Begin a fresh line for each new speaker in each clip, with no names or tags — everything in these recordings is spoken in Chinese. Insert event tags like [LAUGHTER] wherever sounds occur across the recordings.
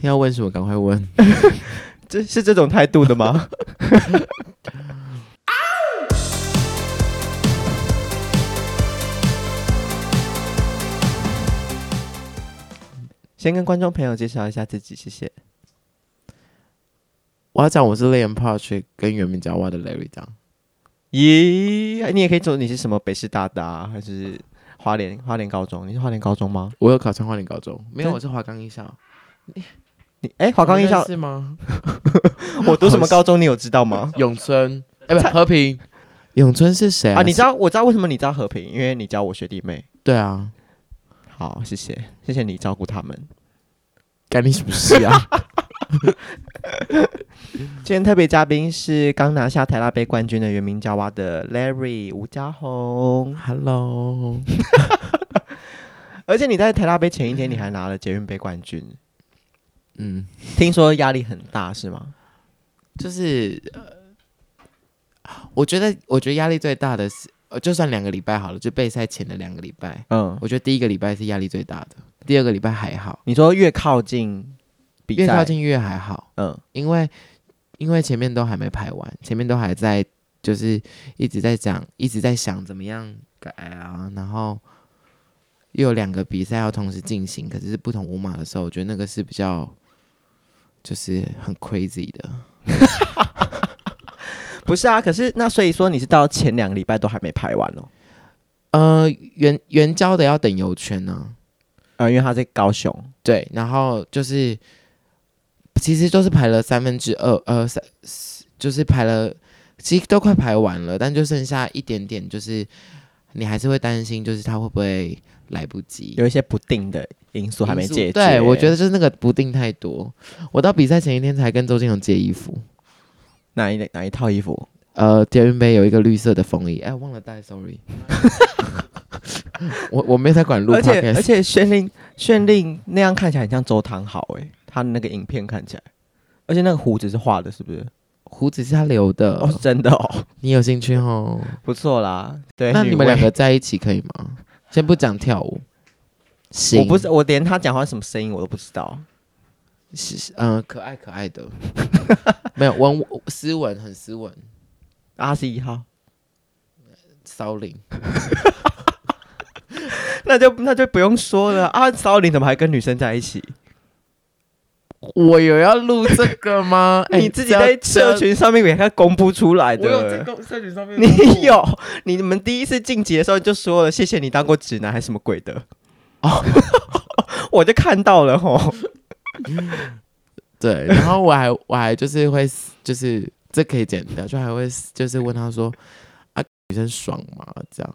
要问什么赶快问。
这是这种态度的吗？ [LAUGHS] 先跟观众朋友介绍一下自己，谢谢。
我要讲我是 Liam Partridge 跟原名叫蛙的 Larry 这样。
咦，你也可以说你是什么北师大的、啊，还是花莲花莲高中？你是花莲高中吗？
我有考上花莲高中，没有，
真
我是华冈艺校。
你哎，华冈艺校，
是吗？
我读什么高中？你有知道吗？
永春，哎、不，和平。永春是谁啊
啊，你知道我知道为什么你知道和平，因为你教我学弟妹。
对啊，
好，谢谢，谢谢你照顾他们。
干你什么事 [LAUGHS] 啊？
今天特别嘉宾是刚拿下台拉杯冠军的原名叫蛙的 Larry 吴家宏，
Hello，
而且你在台拉杯前一天你还拿了捷运杯冠军，
嗯，
听说压力很大是吗？
就是、呃我觉得，我觉得压力最大的是，呃，就算两个礼拜好了，就备赛前的两个礼拜，
嗯，
我觉得第一个礼拜是压力最大的，第二个礼拜还好，
你说越靠近比赛，
越靠，近越还好，
嗯
因为因为前面都还没排完，前面都还在就是一直在讲，一直在想怎么样改啊，然后又有两个比赛要同时进行，可是是不同舞码的时候，我觉得那个是比较就是很 crazy 的。
不是啊，可是那所以说你是到前两个礼拜都还没排完哦，
呃，原原教的要等邮圈啊呢、
呃，因为他在高雄，
对，然后就是其实都是排了三分之二，呃，三就是排了，其实都快排完了，但就剩下一点点，就是你还是会担心，就是他会不会来不及。
有一些不定的因素还没
因素
解决。
对，我觉得就是那个不定太多。我到比赛前一天才跟周金勇借衣服，
哪一类哪一套衣服？
呃，捷运杯有一个绿色的风衣，哎，忘了带，sorry。我我没有在管录
而且
podcast
而且炫令炫令那样看起来很像周汤豪诶、他的那个影片看起来，而且那个胡子是画的，是不是？
胡子是他留的，
哦，是真的哦， [LAUGHS]
你有兴趣哦？
不错啦。对，
那
女
你们
为
两个在一起可以吗？先不讲跳舞，行，
我不是我连他讲话什么声音我都不知道。
是，嗯、可爱可爱的， [LAUGHS] 没有温斯文，很斯文，
阿啊十一号，
骚灵。
那就那就不用说了啊！骚灵怎么还跟女生在一起？？
我有要录这个吗 [LAUGHS] 哎
你自己在社群上面给他公布出来
我有在
的。
公社群上面，
你有，你们第一次晋级的时候就说了，谢谢你当过直男还是什么鬼的哦， [LAUGHS] 我就看到了吼。
[LAUGHS] 对，然后我还我还就是会就是这可以剪掉，就还会就是问他说啊女生爽吗？这样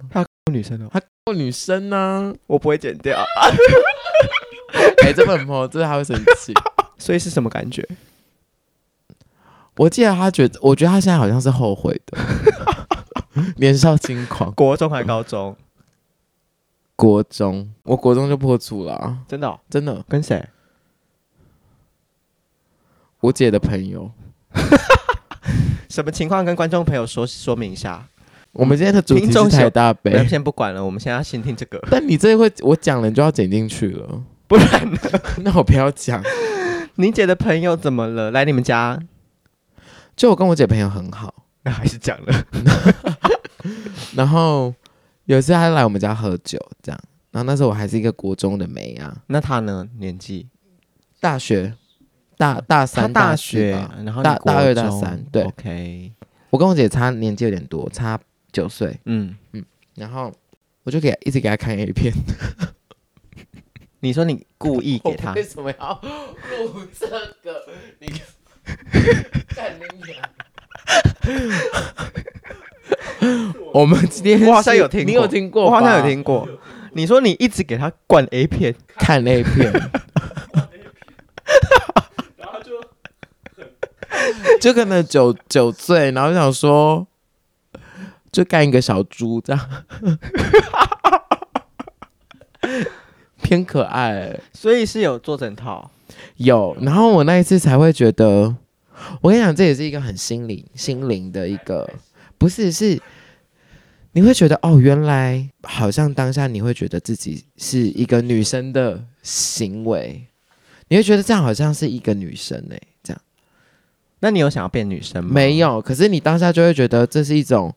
女生哦，
做女生啊呢、
我不会剪掉， [LAUGHS]
哎、这本朋友真的他会生气。
所以是什么感觉？
我记得他觉得，我觉得他现在好像是后悔
[LAUGHS]
的，年少轻狂。
国中还高中？
国中，我国中就破处了、啊，
真的哦、
真的。
跟谁？
我姐的朋友，
什么情况？跟观众朋友说说明一下。
我们今天的主题
听众
是台
小
大
我们
杯，
先不管了，我们现在要先听这个， [LAUGHS]
但你这会我讲了，你就要剪进去了。 [LAUGHS]
不然呢？
那我不要讲。
你姐的朋友怎么了？来你
[LAUGHS]
们家？
就我跟我姐朋友很好，
那还是讲了。
然后有一次她来我们家喝酒，这样。然后那时候我还是一个国中的妹啊，
那他呢？年纪？
大学大大
他
三
大
四
学
吧，
然后
大
你国
大二大
中
三对
，OK，
我跟我姐差年纪有点多，差九岁。
嗯，
然后我就给她一直给她看 A 片，
你说你故意给
我
他
为，什么要录这个？你干你娘！我们今天是
我好像有听过
你有听过？
我好像有听过。你说你一直给他灌 A 片，
看那片，就可能酒酒醉，然后就想说，就干一个小猪这样， [LAUGHS] 偏可爱欸、
所以是有做整套。
有，然后我那一次才会觉得，我跟你讲，这也是一个很心灵心灵的一个，不是是，你会觉得哦，原来好像当下你会觉得自己是一个女生的行为，你会觉得这样好像是一个女生哎、这样
那你有想要变女生吗？
没，有。可是你当下就会觉得这是一种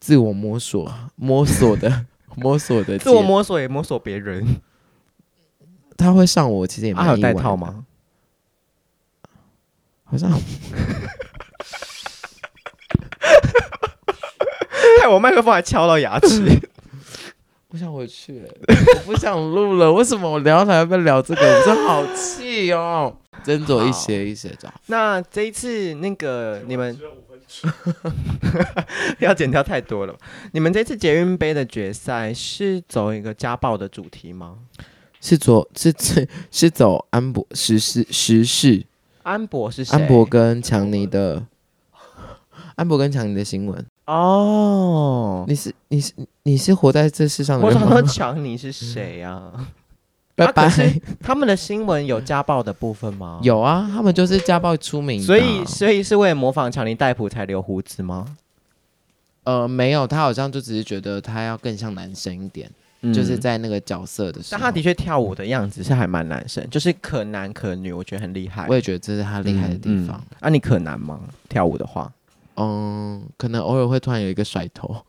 自我摸索、摸索
[LAUGHS]
的、摸索的
自我
阶
摸索也摸索别人。
他会上我，其实也
啊，
蛮、
还有戴套？吗？
好像
[LAUGHS] 害我麦克风还敲到牙齿。
我想回去了，我不想录了。为什么我聊台要聊这个？我真好气哦！斟酌一些一些就好。
[LAUGHS] 那这一次那个你 [LAUGHS] 们要剪掉太多了吧？你们这次捷运杯的决赛是走一个家暴的主题吗？
是左是是是走安博时事时事，
安博是谁？
安博跟强尼的，安博跟强尼的新闻。
哦，
你是你是你是活在这世上的
我
人
想
吗
说？强尼是谁啊？
[LAUGHS] 拜
啊
拜
可。是他们的新闻有家暴的部分吗？，
有啊，他们就是家暴出名的啊，
所以所以是为了模仿强尼戴普才留胡子吗？
呃没有，他好像就只是觉得他要更像男生一点，就是
嗯。
在那个角色的时
但
候。
他的确跳舞的样子是还蛮男生，就是可男可女，我觉得很厉害
我。也觉得这是他厉害的地方。
嗯啊，你可难吗？跳舞的话，
嗯可能偶尔会突然有一个甩头。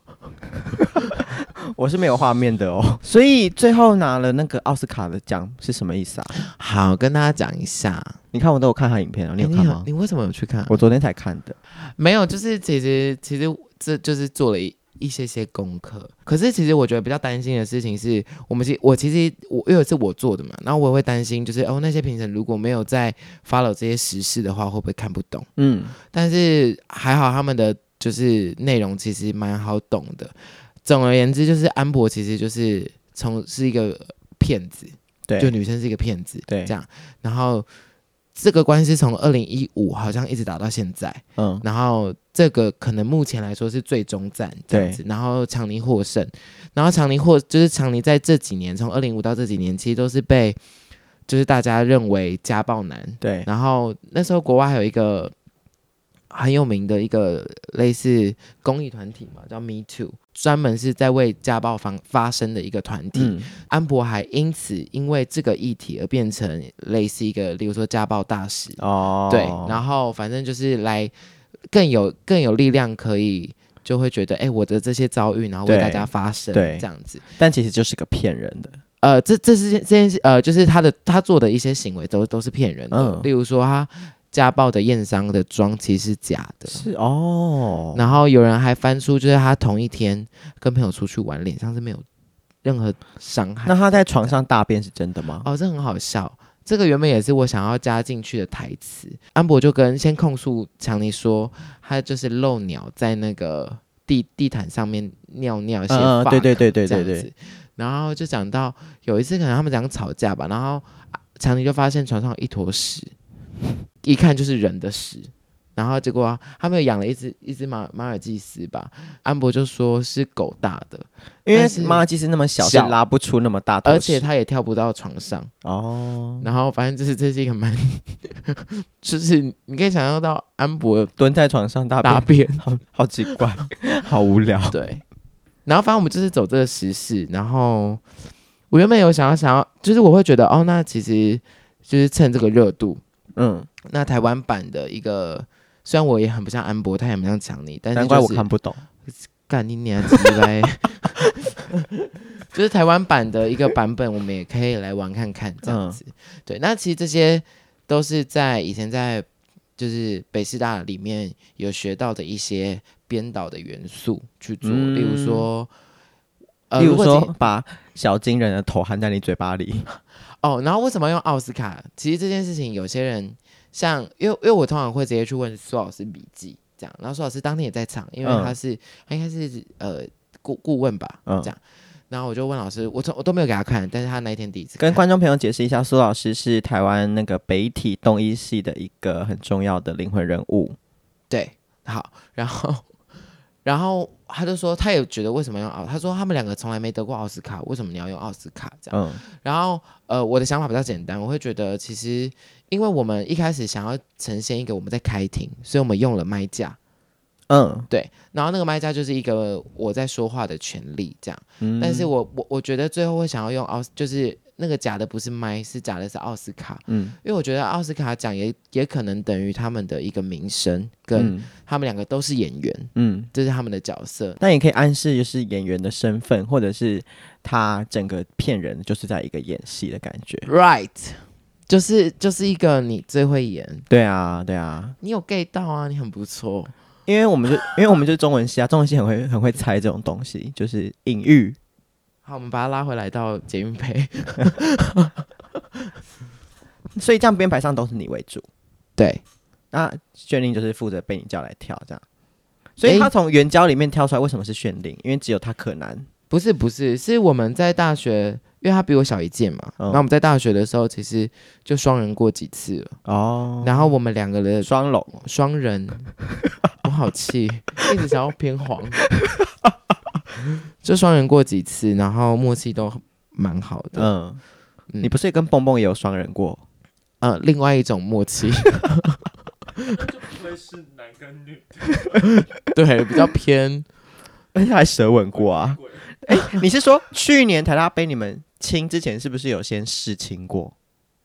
我是没有画面的哦。 [LAUGHS] 所以最后拿了那个奥斯卡的奖是什么意思啊？
好，跟大家讲一下，
你看我都有看他影片啊，你
诶
有看
有
吗？
哎你为什么有去看？
我昨天才看的。
没有，就是其实其实这就是做了一一些些功课。可是其实我觉得比较担心的事情是，我们其我其实我因为是我做的嘛，然后我也会担心，就是哦那些评审如果没有在 follow 这些时事的话，会不会看不懂？
嗯，
但是还好他们的就是内容其实蛮好懂的。总而言之，就是安博其实就是从是一个骗子，
对，
就女生是一个骗子，
对
这样。然后这个官司从二零一五好像一直打到现在，
嗯
然后这个可能目前来说是最终战这样子，然后强尼获胜，然后强尼获就是强尼在这几年，从二零五到这几年，其实都是被就是大家认为家暴男，
对，
然后那时候国外还有一个很有名的一个类似公益团体嘛，叫 Me Too，专门是在为家暴方发声的一个团体，
嗯
安博还因此因为这个议题而变成类似一个，例如说家暴大使，
哦，
对，然后反正就是来更有更有力量，可以就会觉得，哎、我的这些遭遇，然后为
对
大家发声，
对
这样子。
但其实就是个骗人的，
呃，这这是这件事，呃，就是他的他做的一些行为都都是骗人的，
嗯
例如说他家暴的验伤的妆其实是假的。
是哦，
然后有人还翻出，就是他同一天跟朋友出去玩，脸上是没有任何伤害
那。他在床上大便是真的吗？
哦，这很好笑。这个原本也是我想要加进去的台词。安博就跟先控诉强尼说，他就是漏鸟在那个地地毯上面尿尿，先
嗯嗯
放、
对对对对
这样
对对
子。然后就讲到有一次可能他们两个吵架吧，然后啊强尼就发现床上有一坨屎，一看就是人的屎。然后结果啊他们有养了一只一只马马尔济斯吧，安博就说是狗大的，
因为
但是
马尔济斯那么小，是
小
拉不出那么大坨屎，
而且他也跳不到床上。
哦，
然后反正就是这是一个蛮， [LAUGHS] 就是你可以想象到安博
蹲在床上大
大
便，
便，
好好奇怪， [LAUGHS] 好无聊。
对。然后反正我们就是走这个时事，然后我原本有想要想要，就是我会觉得哦，那其实就是趁这个热度，
嗯，
那台湾版的一个，虽然我也很不像安博，他也很不像强尼，但是、就
难
是、
怪我看不懂。
干你娘鸡掰， [LAUGHS] 就是台湾版的一个版本，我们也可以来玩看看这样子。对，那其实这些都是在以前在就是北师大里面有学到的一些编导的元素去做，
嗯
例如说，呃，
例如
果
说
今，
把小金人的头含在你嘴
[LAUGHS]
巴里，
哦，然后为什么要用奥斯卡？其实这件事情有些人像，因为因为我通常会直接去问苏老师笔记这样，然后苏老师当天也在场，因为
嗯
他是、他应该是呃顾顾问吧，
嗯
这样。然后我就问老师，我从我都没有给他看，但是他那一天第一次
跟
看
观众朋友解释一下，苏老师是台湾那个北体动医系的一个很重要的灵魂人物。
对好，然后然后他就说他也觉得为什么要用奥，他说他们两个从来没得过奥斯卡，为什么你要用奥斯卡这样？
嗯
然后呃，我的想法比较简单，我会觉得其实因为我们一开始想要呈现一个我们在开庭，所以我们用了麦架，
嗯
对，然后那个麦架就是一个我在说话的权利这样。
嗯
但是我我我觉得最后会想要用奥斯，就是那个假的不是麦，是假的是奥斯卡，
嗯，
因为我觉得奥斯卡奖也也可能等于他们的一个名声，跟
嗯
他们两个都是演员，
嗯，
这是他们的角色。
但也可以暗示就是演员的身份，或者是他整个骗人，就是在一个演戏的感觉。
Right，就是就是一个你最会演，
对啊，对啊，
你有 get 到啊，你很不错。
因为我们就因为我们就是中文系啊，中文系很会很会猜这种东西，就是隐喻。
好，我们把它拉回来到捷运配。
所以这样编排上都是你为主，
对，
那炫令就是负责被你叫来跳这样。所以
诶
他从援交里面挑出来，为什么是炫令？因为只有他可难。
不是不是，是我们在大学，因为他比我小一届嘛，
嗯
然后我们在大学的时候其实就双人过几次了，
哦，
然后我们两个人
双龙，
双
[LAUGHS]
人，我好气，一直想要偏黄。就双人过几次，然后默契都蛮好的。
嗯，
嗯
你不是也跟蹦蹦也有双人过？
嗯、另外一种默契，
不会是男跟女
[LAUGHS] 对，比较偏。
而 [LAUGHS] 且还舌吻过啊！哎、你是说去年台大杯你们亲之前，是不是有先试亲过？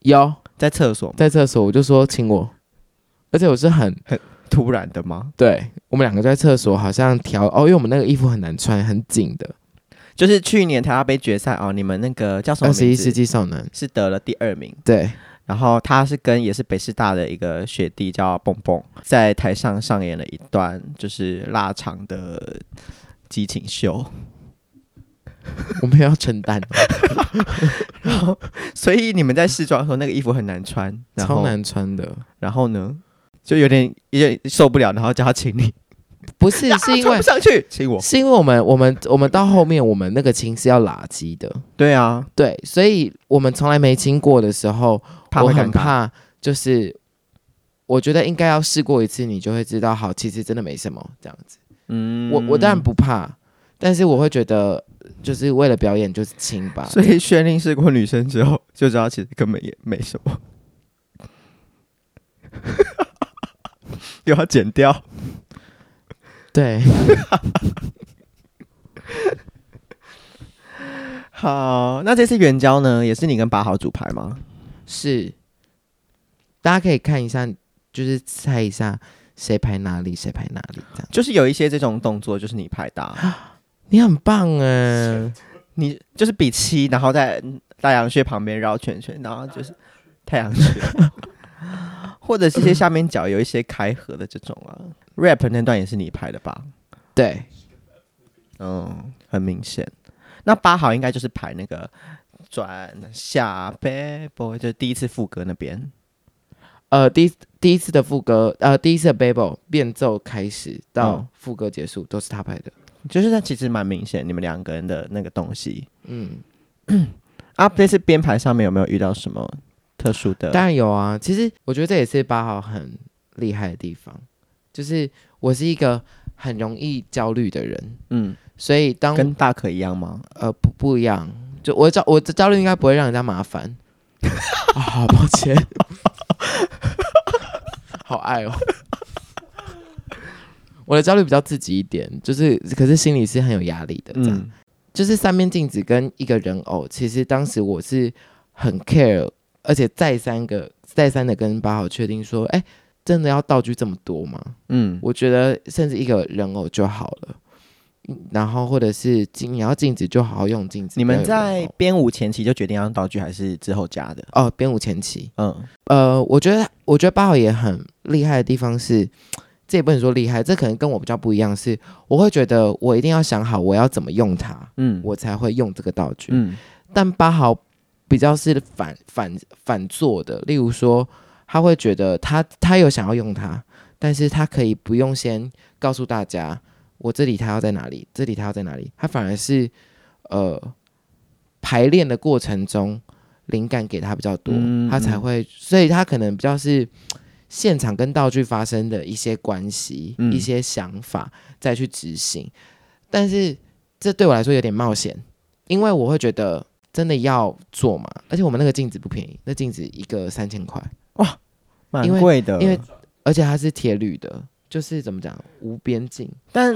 有
在厕所吗
在厕所，我就说请我，而且我是很
突然的吗？
对我们两个在厕所好像调哦，因为我们那个衣服很难穿，很紧的。
就是去年台大杯决赛哦，你们那个叫什么
二十一
名
世
字？
纪少男，
是得了第二名，
对，
然后他是跟也是北师大的一个学弟叫蹦蹦，在台上上演了一段就是拉长的激情秀， [LAUGHS]
我们要承 [LAUGHS] 担，
所以你们在试装的时候那个衣服很难穿，然后
超难穿的。
然后呢，就有点有点受不了，然后叫他
[LAUGHS]
请你，
不是，是因
冲
为
不上去，请我。
是因为我们我们我们到后面我们那个亲是要拉鸡的，
对啊，
对，所以我们从来没亲过的时候，
怕
我
会
很
尴尬。
怕，就是我觉得应该要试过一次，你就会知道，好，其实真的没什么这样子。
嗯
我我当 [LAUGHS] 然，不怕，但是我会觉得，就是为了表演就是亲吧。
所以宣令试过女生之后，就知道其实根本也没什么。 [LAUGHS] 又要剪掉，
对，
好，那这次援交呢，也是你跟八号主牌吗？
是，大家可以看一下，就是猜一下谁排哪里，谁排哪里这样。
就是有一些这种动作，就是你拍的啊，
你很棒哎、
你就是比七，然后在大洋穴旁边绕圈圈，然后就是太阳穴， [LAUGHS] 或者是一些下面脚有一些开合的这种啊。rap 那段也是你拍的吧？
[LAUGHS] 对，
嗯，很明显。那八号应该就是排那个转下背 boy，就是第一次副歌那边。
呃，第一第一次的副歌，呃，第一次的 Babel 变奏开始到
嗯
副歌结束、都是他排的。
就是它其实蛮明显，你们两个人的那个东西。
嗯，
[CLEARS THROAT] 啊，这次编排上面有没有遇到什么特殊的？
当然有啊。其实我觉得这也是八号很厉害的地方，就是我是一个很容易焦虑的人，
嗯，
所以当
跟大可一样吗？
呃不不一样，就我焦我的焦虑应该不会让人家麻烦。 [LAUGHS] 啊，好抱歉， [LAUGHS] 好爱哦。我的焦虑比较自己一点，就是可是心里是很有压力的，这样。
嗯，
就是三面镜子跟一个人偶，其实当时我是很 care，而且再三个再三的跟八号确定说，哎、真的要道具这么多吗？
嗯，
我觉得甚至一个人偶就好了，嗯然后或者是镜你要镜子就好好用镜子。
你们
不要有人
在
偶
编舞前期就决定要用道具，还是之后加的？
哦编舞前期，
嗯
呃，我觉得我觉得八号也很厉害的地方是。这也不能说厉害，这可能跟我比较不一样是，我会觉得我一定要想好我要怎么用它，
嗯
我才会用这个道具。
嗯
但八号比较是反反反做的，例如说，他会觉得他他有想要用它，但是他可以不用先告诉大家我这里他要在哪里，这里他要在哪里，他反而是呃排练的过程中灵感给他比较多，
嗯
他才
嗯
会，所以他可能比较是。现场跟道具发生的一些关系、
嗯
一些想法，再去执行。但是这对我来说有点冒险，因为我会觉得真的要做嘛，而且我们那个镜子不便宜，那镜子一个三千块，
蛮
因为
贵的，
因为而且它是铁铝的，就是怎么讲无边境，
但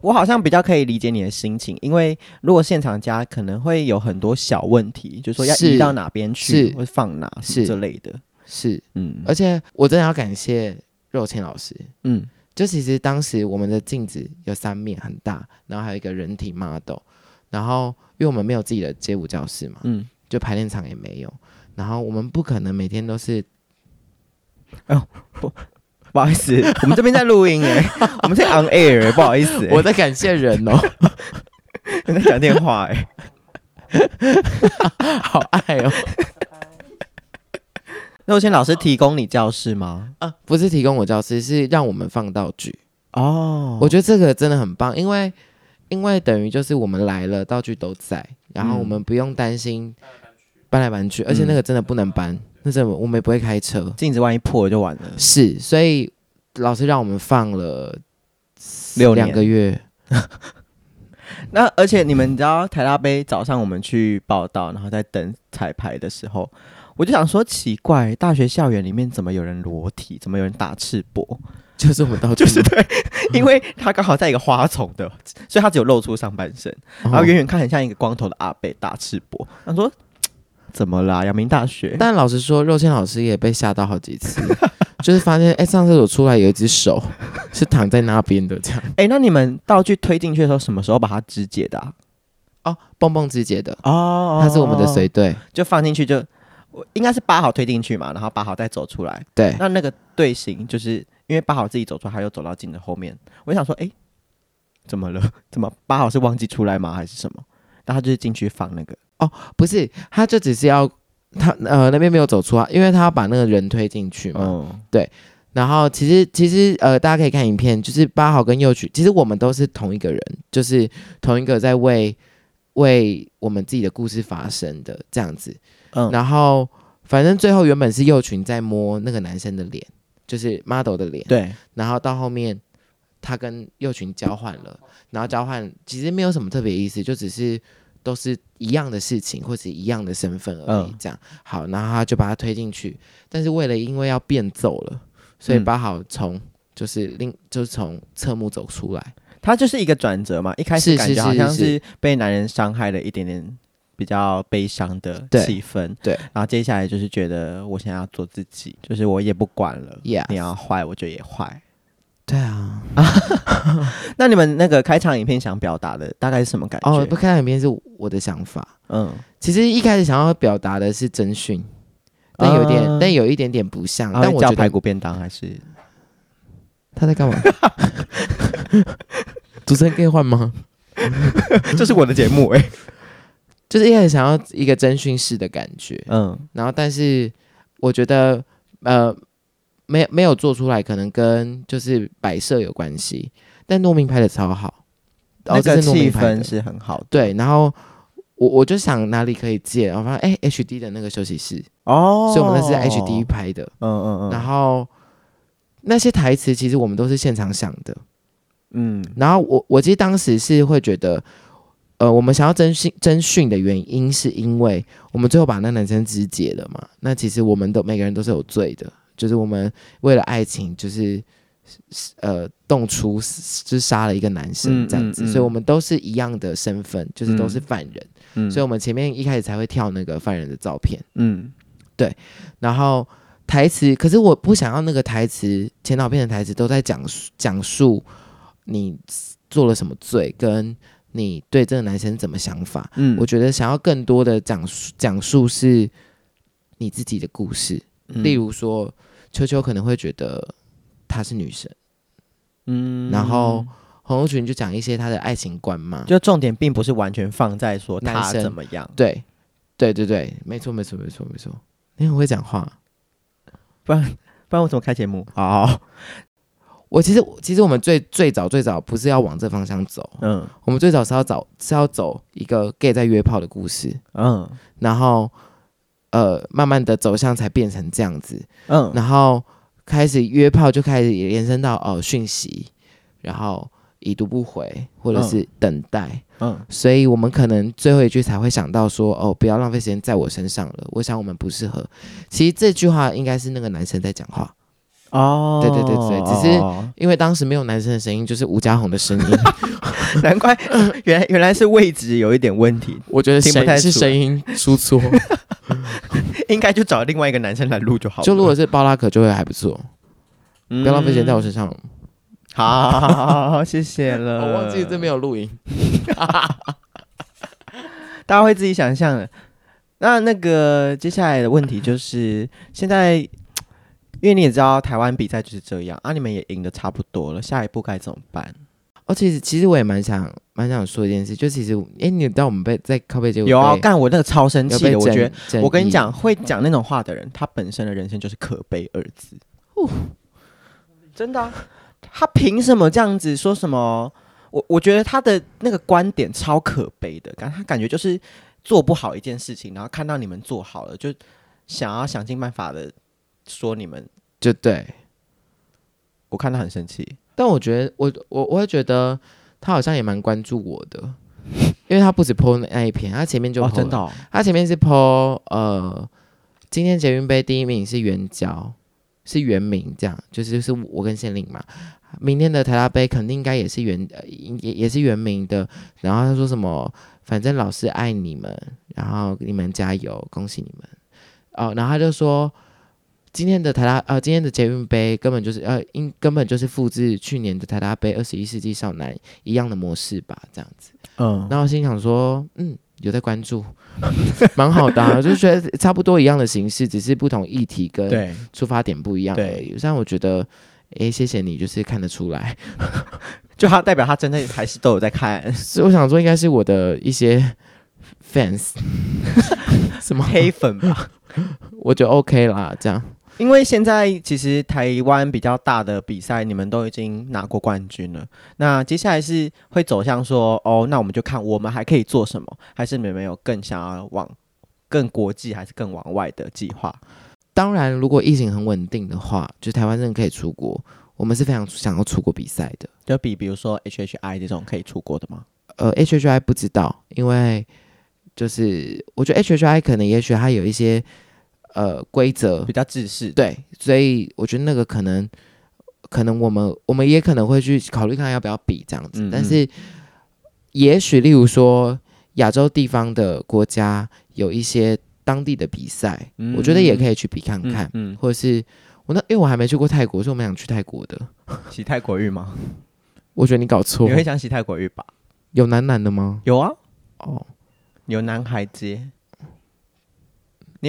我好像比较可以理解你的心情，因为如果现场加可能会有很多小问题，就是说要
是
移到哪边去，
是
会放哪什
是
么之类的。
是，
嗯
而且我真的要感谢肉倩老师，
嗯，
就其实当时我们的镜子有三面很大，然后还有一个人体 model，然后因为我们没有自己的街舞教室嘛，
嗯，
就排练场也没有，然后我们不可能每天都是
不好意思，我们这边在录音 [LAUGHS] 哎，我们在 on air，不好意思欸，
我在感谢人
[LAUGHS]
哦，
你在讲电话哎，
好爱
[LAUGHS]
哦，
那我先老师提供你教室吗？
啊，不是提供我教室，是让我们放道具，
哦
我觉得这个真的很棒，因为因为等于就是我们来了，道具都在，然
嗯
后我们不用担心搬来搬去，而且那个真的不能
嗯
搬，那是我们也不会开车，
镜子万一破了就完了。
是，所以老师让我们放了
六
两
年
个月， [LAUGHS]
那而且你们知道台大杯早上我们去报道，然后在等彩排的时候，我就想说奇怪，大学校园里面怎么有人裸体，怎么有人打赤膊？嗯
就是我们道具
[LAUGHS] 就是
嘛，
因为他刚好在一个花丛的，所以他只有露出上半身，
然
然后远远看很像一个光头的阿伯打赤膊。他说嘖怎么啦？阳明大学？
但老实说，肉倩老师也被吓到好几次， [LAUGHS] 就是发现哎、上厕所出来有一只手是躺在那边的这样。
哎、那你们道具推进去的时候，什么时候把它肢解的、啊？
哦，蹦蹦直接的，
哦
他是我们的随队，
就放进去就，我应该是八号推进去嘛，然后八号再走出来。
对，
那那个队形，就是因为八号自己走出来，他又走到镜子后面。我想说，诶，怎么了？ [LAUGHS] 怎么八号是忘记出来吗？还是什么？但他就是进去放那个，
不是，他就只是要他呃那边没有走出来，因为他要把那个人推进去嘛。
嗯，
然后其实其实呃，大家可以看影片，就是八号跟右曲，其实我们都是同一个人，就是同一个在为为我们自己的故事发声的这样子。
嗯
然后反正最后原本是右群在摸那个男生的脸，就是 model 的脸，
对，
然后到后面他跟右群交换了，然后交换其实没有什么特别意思，就只是都是一样的事情或是一样的身份而已
嗯，
这样、好，然后他就把他推进去，但是为了因为要变奏了，所以
嗯
八好从。就是另就是从侧幕走出来，
他就是一个转折嘛。一开始
是
感
是
觉好
是
像
是
是被男人伤害了一点点，比较悲伤的
对
气氛。
对
然后接下来就是觉得我想要做自己，就是我也不管了。
Yes
你要坏，我就也坏。
对啊，
[LAUGHS] 那你们那个开场影片想表达的大概是什么感觉？
哦，不看影片是我的想法，
嗯，
其实一开始想要表达的是真讯，但有点，
啊
但有一点点不像。
然
但
后
我
啊叫
觉
排
得
骨便当还
[LAUGHS]
是
他在干
[LAUGHS]
嘛？主持人可以换吗？
这是我的节 [LAUGHS] 目
[LAUGHS]
哎、
欸就是一开始想要一个真讯式的感觉，
嗯
然后但是我觉得呃，没有没有做出来，可能跟就是摆设有关系。但糯米拍的超好，
那
哦，这
个
是糯米
气
拍的
氛，是很好的
对。然后我我就想哪里可以借，然后发现哎、h d 的那个休息室，
哦
所以我们那是 HD，拍的。
嗯嗯嗯，
然后那些台词其实我们都是现场想的。
嗯
然后我我其实当时是会觉得，呃，我们想要征讯征讯的原因是因为我们最后把那男生肢解了嘛。那其实我们都每个人都是有罪的，就是我们为了爱情就是。呃，动粗就是杀了一个男生
嗯
这样子，
嗯嗯
所以我们都是一样的身份，就是都是
嗯
犯人，
嗯，
所以我们前面一开始才会跳那个犯人的照片。
嗯
然后台词，可是我不想要那个台词，前导片的台词都在讲述讲述你做了什么罪，跟你对这个男生怎么想法。
嗯，
我觉得想要更多的讲述讲述是你自己的故事，
嗯
例如说秋秋可能会觉得她是女神，
嗯
然后洪秀群就讲一些他的爱情观嘛，
就重点并不是完全放在说他
男生
怎么样，
对对对对，没错没错没错没错，你很会讲话。
不然我怎么开节目？好，
我其实其实我们最最早最早不是要往这方向走，
嗯
我们最早是要找是要走一个 gay 在约炮的故事，
嗯
然后呃慢慢的走向才变成这样子，
嗯，
然后开始约炮就开始也延伸到哦讯息，然后已读不回或者是等待，
嗯
所以我们可能最后一句才会想到说哦不要浪费时间在我身上了，我想我们不适合。其实这句话应该是那个男生在讲话，
哦
对对对对只是因为当时没有男生的声音，就是吴家宏的声音。 [LAUGHS]
是难怪 [LAUGHS] 原来原来是位置有一点问题，
我觉得
听不太
声是
出来
声音出错，
应该就找另外一个男生来录就好了。
就如果是包拉可就会还不错，
不
不要浪费时间在我身上。
好好好好 [LAUGHS] 好，谢谢
我
了。
忘记这没有录音，
大家会自己想象的。那那个接下来的问题就是，现在因为你也知道台湾比赛就是这样啊，你们也赢得差不多了，下一步该怎么办？
哦，其实其实我也蛮想蛮想说一件事，就其实哎，你知道我们被在靠背街舞
有啊，
队
干我那个超生
有
气
被
的，我觉
争
得。
争
我跟你
议
讲，会讲那种话的人，他本身的人生就是可悲二字。真的啊、他凭什么这样子说什么？我我觉得他的那个观点超可悲的，感他感觉就是做不好一件事情，然后看到你们做好了，就想要想尽办法的说你们。
就对，
我看他很生气，
但我觉得我我我会觉得他好像也蛮关注我的，因为他不止 PO 那一篇，他前面就 PO
哦
了、，
真的、哦，
他前面是 PO 呃，今天捷运杯第一名是袁娇，是袁明这样，就是就是我跟县令嘛。明天的台大杯肯定应该也是袁，呃也也是袁明的。然后他说什么？反正老师爱你们，然后你们加油，恭喜你们。哦，然后他就说，今天的台大呃，今天的捷运杯根本就是呃，应根本就是复制去年的台大杯二十一世纪少男一样的模式吧，这样子。
嗯，
然后我心想说，嗯，有在关注， [LAUGHS] 蛮好的、啊，就觉得差不多一样的形式，只是不同议题跟
嗯对，
出发点不一样而已。但我觉得，诶，谢谢你，就是看得出来。
就他代表他真的还是都有在看 [LAUGHS]
所以我想说，应该是我的一些 fans [LAUGHS] 什么，
黑粉吧，
我觉得 OK 啦，这样。
因为现在其实台湾比较大的比赛，你们都已经拿过冠军了。那接下来是会走向说，哦，那我们就看我们还可以做什么，还是你们有更想要往更国际，还是更往外的计划？
当然，如果疫情很稳定的话，就台湾真的可以出国，我们是非常想要出国比赛的。
就比比如说 HHI 这种可以出国的吗？
呃，H H I 不知道，因为就是我觉得 H H I 可能也许它有一些呃规则
比，较制式的，
对，所以我觉得那个可能，可能我们我们也可能会去考虑看要不要比这样子，
嗯
但是也许例如说亚洲地方的国家有一些当地的比赛，我觉得也可以去比看
嗯
看，
嗯，
或者是我那因为我还没去过泰国，所以我们想去泰国的。
洗泰国浴吗？
我觉得你搞错
你，会想洗泰国浴吧？
有男男的吗？
有啊，
哦，
有南海街，你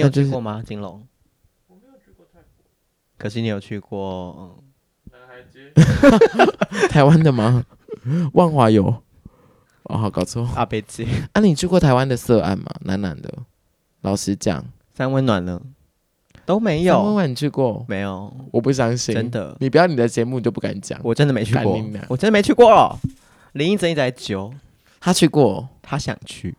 那
有
就
去
是
过吗？金龙？可是你有去过，嗯，
男孩街，
[LAUGHS] 台湾的吗？万华有。哦，好搞错。
阿贝街、
啊，你去过台湾的色案吗？男男的，老实讲，
三温暖呢，都没
三温
有，
暖你去过？
没有，
我不相信，
真的，
你不要你的节目就不敢讲。
我真的没去
干
过
你娘，
我真的没去过。林一真一直在揪，
他去过，
他想去，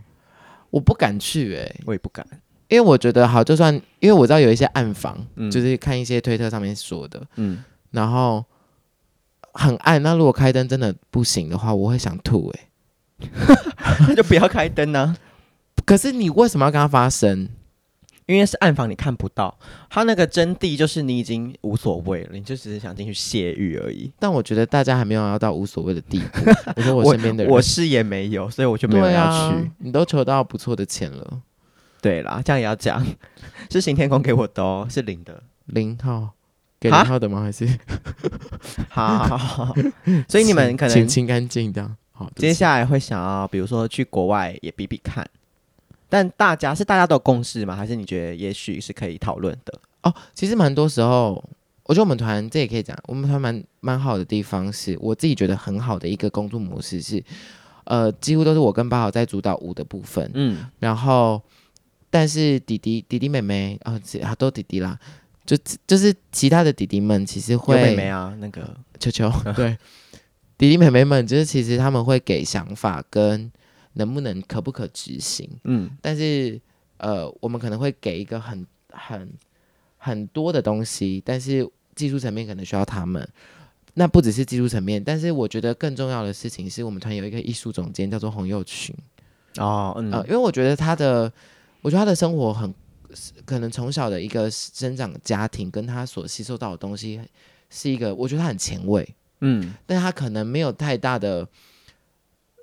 我不敢去哎、
我也不敢。
因为我觉得好，就算因为我知道有一些暗房，
嗯
就是看一些推特上面说的，
嗯，
然后很暗。那如果开灯真的不行的话，我会想吐哎、
那 [LAUGHS] 就不要开灯啊，
可是你为什么要跟他发生？
因为是暗房，你看不到。他那个真谛就是你已经无所谓了，你就只是想进去泄欲而已。
但我觉得大家还没有要到无所谓的地
[LAUGHS]
步。我说我
我
身边的人，
我是也没有，所以我就没有
对
要
啊
去。，
你都筹到不错的钱了，
对啊啦，这样也要讲，是行天宫给我的哦，是零的。
零号给
哈
零号的吗？还是
好好好， [LAUGHS] 好所以你们可
请
能
清干净这样？好，
接
来
下来会想要，比如说去国外也比比看。但大家是大家都有共识吗？还是你觉得也许是可以讨论的？
哦，其实蛮多时候，我觉得我们团这也可以讲，我们团蛮蛮好的地方是，我自己觉得很好的一个工作模式是，呃，几乎都是我跟八号在主导舞的部分，
嗯，
然后但是弟弟弟弟妹妹啊、呃其啊都弟弟啦。就就是其他的弟弟们其实
有
会
妹妹啊，那个
球球，对，弟弟妹妹们，就是其实他们会给想法跟能不能可不可执行，
嗯
但是呃，我们可能会给一个很很很多的东西，但是技术层面可能需要他们。那不只是技术层面，但是我觉得更重要的事情是我们团有一个艺术总监叫做洪佑群，
哦嗯、
呃，因为我觉得他的，我觉得他的生活很，可能从小的一个生长家庭跟他所吸收到的东西是一个，我觉得他很前卫，
嗯，
但他可能没有太大的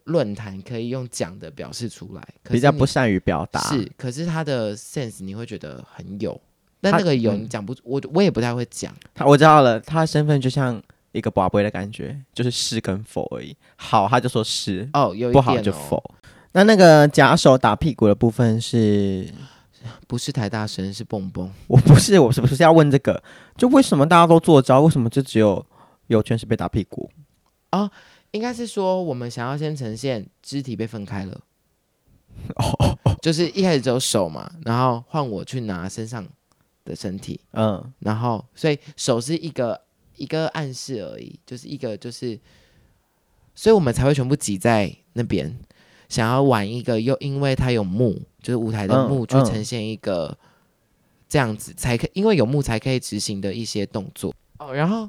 论坛可以用讲的表示出来，可是
比较
你
不善于表达，
是，可是他的 sense 你会觉得很有，但
他
那个有
嗯
你讲不出，我我也不太会讲，
他我知道了，他的身份就像一个宝贝的感觉，就是是跟否而已。好，他就说是，
哦，有一点、哦、
不好就否。那那个假手打屁股的部分是，
不是台大生，是蹦蹦。
我不是我是不是要问这个？就为什么大家都做招，为什么就只有有权是被打屁股？
应该是说，我们想要先呈现肢体被分开
[LAUGHS]
了，
哦
就是一开始只有手嘛，然后换我去拿身上的身体，
嗯，
然后所以手是一个一个暗示而已，就是一个就是，所以我们才会全部挤在那边，想要玩一个，又因为它有幕，就是舞台的
嗯
幕去
嗯
呈现一个这样子才可，因为有幕才可以执行的一些动作哦。然后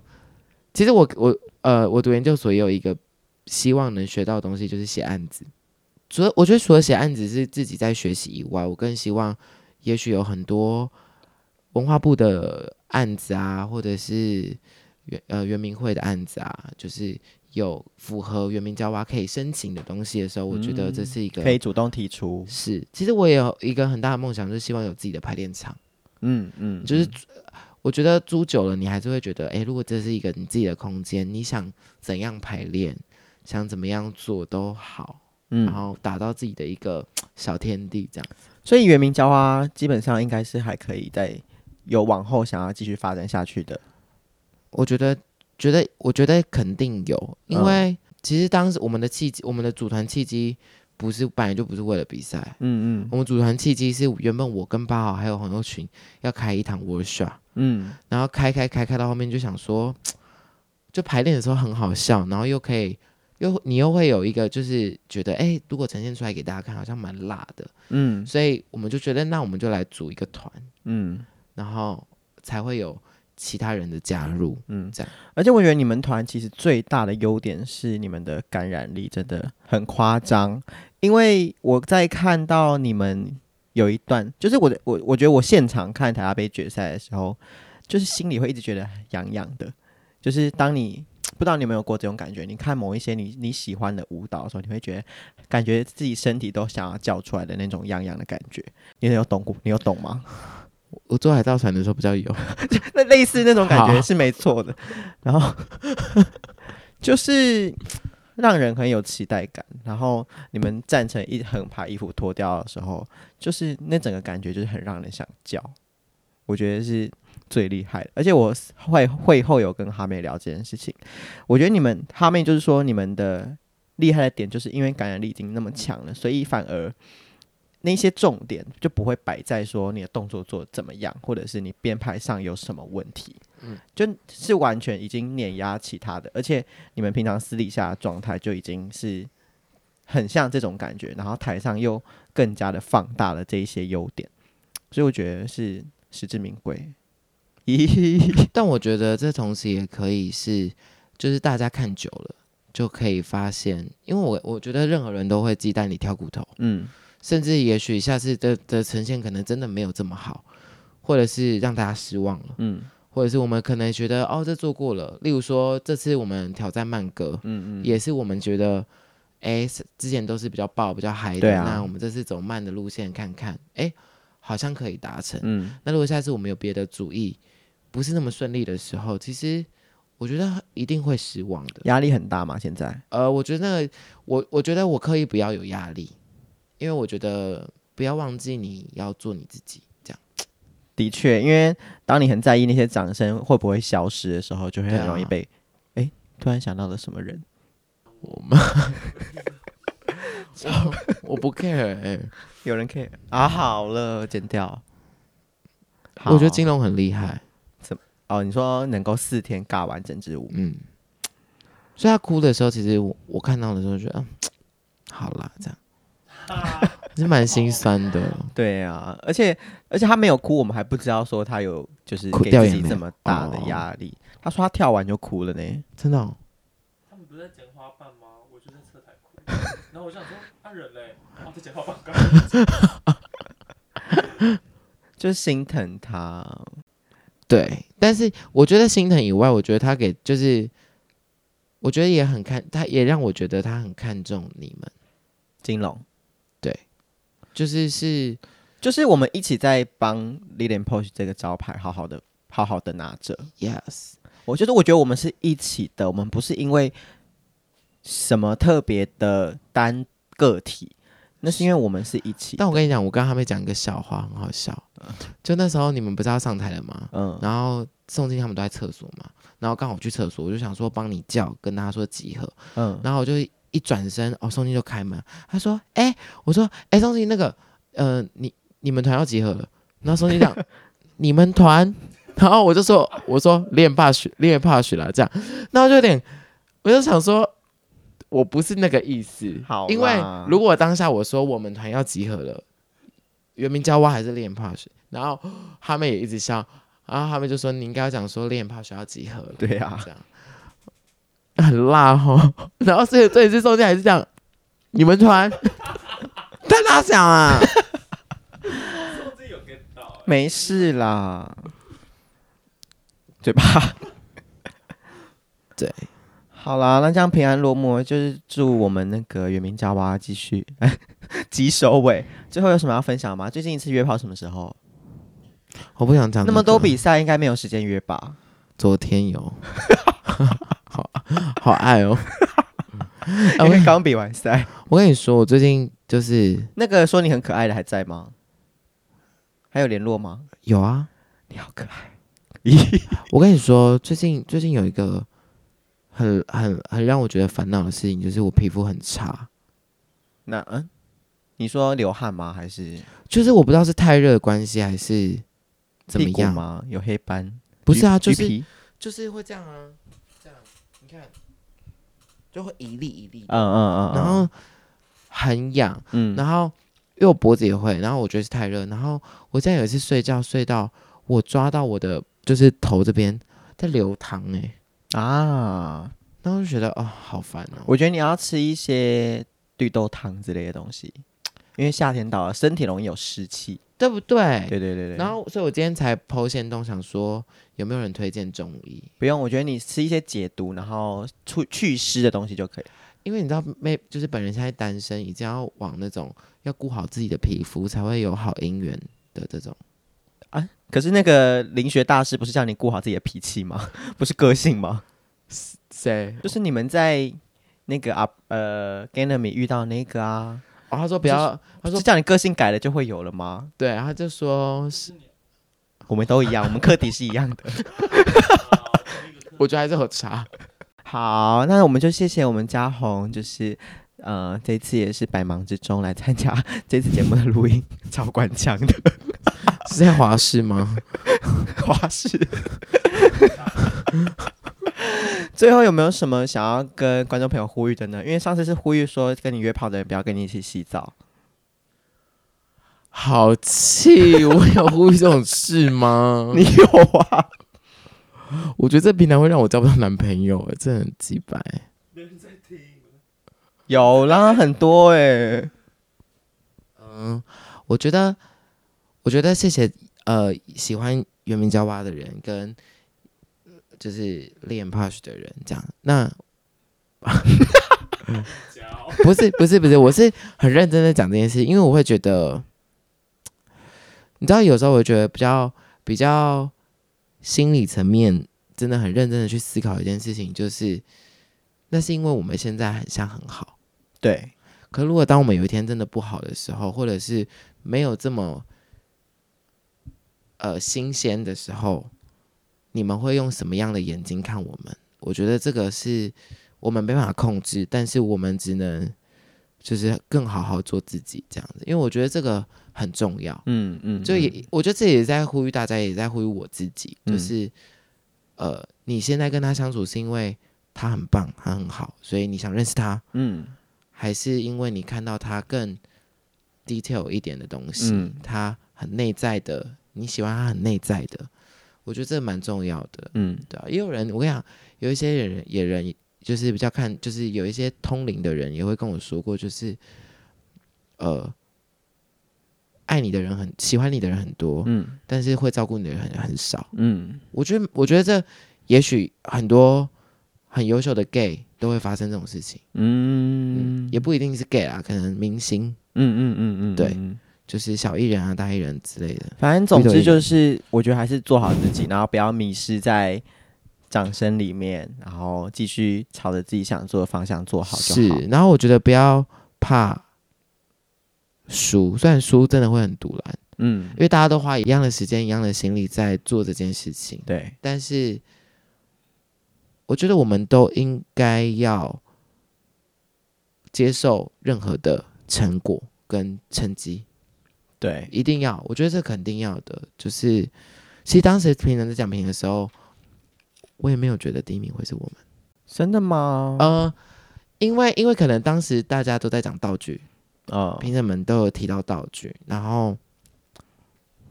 其实我我呃，我读研究所也有一个希望能学到的东西，就是写案子。除了我觉得除了写案子是自己在学习以外，我更希望也许有很多文化部的案子啊，或者是原呃原民会的案子啊，就是有符合原民交挖可以申请的东西的时候，我觉得这
嗯
是一个、
可以主动提出，
是。其实我也有一个很大的梦想，就是希望有自己的排练场。
嗯嗯，
就是
嗯
我觉得租久了，你还是会觉得，诶，如果这是一个你自己的空间，你想怎样排练，想怎么样做都好，然
嗯，
后打造自己的一个小天地，这样。
所以原名浇花基本上应该是还可以再有往后想要继续发展下去的，
我觉得，觉得，我觉得肯定有，因
嗯
为其实当时我们的契机，我们的组团契机不是本来就不是为了比赛，
嗯嗯
我们组团契机是原本我跟八号还有黄友群要开一堂 workshop，
嗯，
然后开开开开到后面就想说，就排练的时候很好笑，然后又可以又你又会有一个就是觉得哎、诶如果呈现出来给大家看好像蛮辣的，
嗯
所以我们就觉得那我们就来组一个团，
嗯
然后才会有其他人的加入。
嗯，
这样。
而且我觉得你们团其实最大的优点是你们的感染力真的很夸张，因为我在看到你们有一段，就是我的我我觉得我现场看台大杯决赛的时候，就是心里会一直觉得痒痒的，就是当你。不知道你有没有过这种感觉？你看某一些你你喜欢的舞蹈的时候，你会觉得感觉自己身体都想要叫出来的那种痒痒的感觉。你有懂过？你有懂吗？
我做海盗船的时候比较有，
那类似那种感觉
好
是没错的。然后就是让人很有期待感。然后你们站成一横把衣服脱掉的时候，就是那整个感觉就是很让人想叫。我觉得是最厉害的，而且我会会后有跟哈妹聊这件事情，我觉得你们哈妹就是说你们的厉害的点，就是因为感染力已经那么强了，所以反而那些重点就不会摆在说你的动作做得怎么样，或者是你编排上有什么问题，嗯
嗯，
就是完全已经碾压其他的，而且你们平常私底下的状态就已经是很像这种感觉，然后台上又更加的放大了这一些优点，所以我觉得是实至名归。 [LAUGHS] 咦，
但我觉得这同时也可以是，就是大家看久了就可以发现，因为我我觉得任何人都会鸡蛋里挑骨头。
嗯
甚至也许下次的的呈现可能真的没有这么好，或者是让大家失望了，
嗯
或者是我们可能觉得哦这做过了。例如说这次我们挑战慢歌，
嗯嗯，
也是我们觉得哎是之前都是比较爆比较嗨的，
对啊
那我们这次走慢的路线看看，哎好像可以达成。
嗯
那如果下次我们有别的主意，不是那么顺利的时候，其实我觉得一定会失望的。
压力很大嘛，现在，
呃，我觉得那个我我觉得我刻意不要有压力，因为我觉得不要忘记你要做你自己，这
[LAUGHS]
样
的确，因为当你很在意那些掌声会不会消失的时候，就会
对
很
啊
容易被，哎、突然想到了什么人，
我不 care、
哎有人可以啊，好了，剪掉。好
我觉得金龙很厉害，
哦，你说能够四天尬完整支舞，
嗯，所以他哭的时候，其实我我看到的时候觉得，嗯，好啦，这样是蛮心酸的。
对啊，而且而且他没有哭，我们还不知道说他有就是
哭
给
掉
自
眼
己
泪
这么大的
哦
压力。他说他跳完就哭了呢。
真的哦、
他们不是在剪花瓣吗？我就在侧台哭，然后我想说，啊人嘞，哦在剪花瓣干嘛，
就是心疼他。
对，但是我觉得心疼以外，我觉得他给就是，我觉得也很看，他也让我觉得他很看重你们，
金龙，
就是是
就是我们一起在帮 Lily and Posh 这个招牌好好的、好好的拿着。
yes，
我觉得，我觉得我们是一起的，我们不是因为什么特别的单个体，那是因为我们是一起。
但我跟你讲，我刚刚还没讲一个笑话，很好笑。就那时候你们不是要上台了吗？
嗯，
然后宋静他们都在厕所嘛，然后刚好我去厕所，我就想说帮你叫，跟他说集合，
嗯，
然后我就一转身，哦，宋静就开门，他说：“哎、我说，哎、宋静那个，呃，你你们团要集合了。”然后宋静讲：“你们团。”然后我就说：“我说练怕许练怕许啦，这样。”然后就有点，我就想说，我不是那个意思，
好啦
因为如果当下我说我们团要集合了，原名叫蛙还是练怕许，然后他们也一直笑，然后他们就说你应该要讲说练怕许要集合了，
对啊
这样很辣哦。然后所以这一次中间还是这样，你们团， [LAUGHS] 但他想啊，
我自己有 get 到、欸，
没事啦，嘴 [LAUGHS] 巴。
对，
好啦，那这样平安落幕，就是祝我们那个原名家娃继续 [LAUGHS] 及收尾。最后有什么要分享吗？最近一次约炮什么时候？
我不想讲、
那么多，比赛应该没有时间约吧？
[LAUGHS] 昨天有， [LAUGHS] 好好爱
[LAUGHS]
哦。哎
因
嗯
为 [LAUGHS] 刚比完赛。
我跟你说，我最近就是
那个说你很可爱的还在吗？还有联络吗？
有啊，
你好可爱，
[LAUGHS] 我跟你说，最近最近有一个很很很让我觉得烦恼的事情，就是我皮肤很差，
那嗯，你说流汗吗？还是
就是我不知道是太热的关系还是怎么
屁股
样，
吗？有黑斑？
不是啊，
橘
就
橘
是
皮
就是会这样啊，这样你看就会一粒一粒，
嗯嗯嗯，
然后很痒，
嗯，
然后因为我脖子也会，然后我觉得是太热，然后我现在有一次睡觉睡到我抓到我的就是头这边在流淌哎、
啊，
然后就觉得哦好烦哦，
我觉得你要吃一些绿豆汤之类的东西，因为夏天到了，身体容易有湿气。
对不对？
对对对对，
哎然后，所以我今天才剖线东，想说有没有人推荐中医？
不用，我觉得你吃一些解毒，然后去去湿的东西就可以。
因为你知道，妹就是本人现在单身，已经要往那种要顾好自己的皮肤，才会有好姻缘的这种。
可是那个灵学大师不是叫你顾好自己的脾气吗？ [LAUGHS] 不是个性吗？
谁？
就是你们在那个啊呃 g a n a m i 遇到那个啊，
哦，他说不要，他
他
说
是叫你个性改了就会有了吗？
对，他就说是，
我们都一样，我们课题是一样的。 [LAUGHS]
我觉得还是有差。
好，那我们就谢谢我们嘉宏，就是呃这次也是百忙之中来参加 [LAUGHS] 这次节目的录音， [LAUGHS] 超官腔的
是在华视吗？
花式。 [LAUGHS] 最后有没有什么想要跟观众朋友呼吁的呢？因为上次是呼吁说跟你约炮的人不要跟你一起洗澡，
[LAUGHS] 好气！我有呼吁这种事吗？
[LAUGHS] 你有啊？
我觉得这平台会让我交不到男朋友、欸，这很鸡掰。
没人在听。
有啦，很多哎、
嗯，我觉得，我觉得谢谢呃喜欢原名叫蛙的人跟呃就是练 push 的人这样。那
脚
不是不是不是，我是很认真的讲这件事，因为我会觉得，你知道有时候我觉得比较比较心理层面真的很认真的去思考一件事情，就是那是因为我们现在很像很好。
对，
可如果当我们有一天真的不好的时候，或者是没有这么呃新鲜的时候，你们会用什么样的眼睛看我们？我觉得这个是我们没办法控制，但是我们只能就是更好好做自己这样子，因为我觉得这个很重要。
嗯嗯，
就
嗯
也，我觉得这也在呼吁大家，也在呼吁我自己，就
嗯
是，呃，你现在跟他相处是因为他很棒，他很好，所以你想认识他，
嗯
还是因为你看到他更 detail 一点的东西，
嗯
他很内在的，你喜欢他很内在的，我觉得这蛮重要的，
嗯
对啊，也有人我跟你讲，有一些人也人就是比较看，就是有一些通灵的人也会跟我说过，就是呃，爱你的人很喜欢你的人很多，
嗯
但是会照顾你的人很很少。
嗯，
我觉得，我觉得这也许很多很优秀的 gay 都会发生这种事情。嗯
嗯，
也不一定是 gay 啦，可能明星
嗯嗯嗯嗯，
对
嗯
就是小艺人啊、大艺人之类的。
反正总
遇到
之
一点
就是，我觉得还是做好自己，然后不要迷失在掌声里面，然后继续朝着自己想做的方向做好
是
就好。，
然后我觉得不要怕输，虽然输真的会很堵然，
嗯
因，为大家都花一样的时间、一样的心力在做这件事情，
对，
但是我觉得我们都应该要接受任何的成果跟成绩。
对，
一定要，我觉得这肯定要的。就是其实当时评人在讲评的时候，我也没有觉得第一名会是我们。
真的吗？
呃，因为因为可能当时大家都在讲道具，
哦，
评审们都有提到道具，然后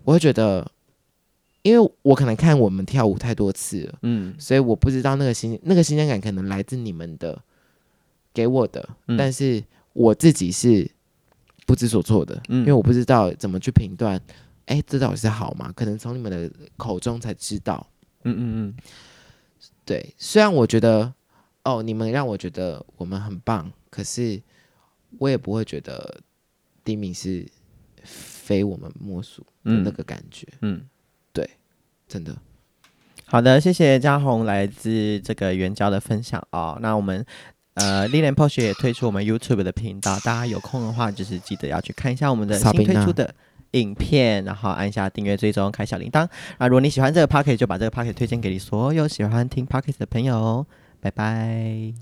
我会觉得，因为我可能看我们跳舞太多次了，
嗯
所以我不知道那个新那个新鲜感可能来自你们的给我的，
嗯
但是我自己是不知所措的，
嗯
因为我不知道怎么去评断，哎、这到底是好吗？可能从你们的口中才知道。
嗯嗯嗯，
对，虽然我觉得哦，你们让我觉得我们很棒，可是我也不会觉得第一名是非我们莫属的
嗯
那个感觉，
嗯，
真的。
好的，谢谢嘉宏来自这个援交的分享哦。那我们。呃，丽莲 Posh 也推出我们 YouTube 的频道，大家有空的话，就是记得要去看一下我们的新
萨宾
推
娜
出的影片，然后按下订阅、追踪、开小铃铛。啊，如果你喜欢这个 Pocket，就把这个 Pocket 推荐给你所有喜欢听 Pocket 的朋友哦。拜拜。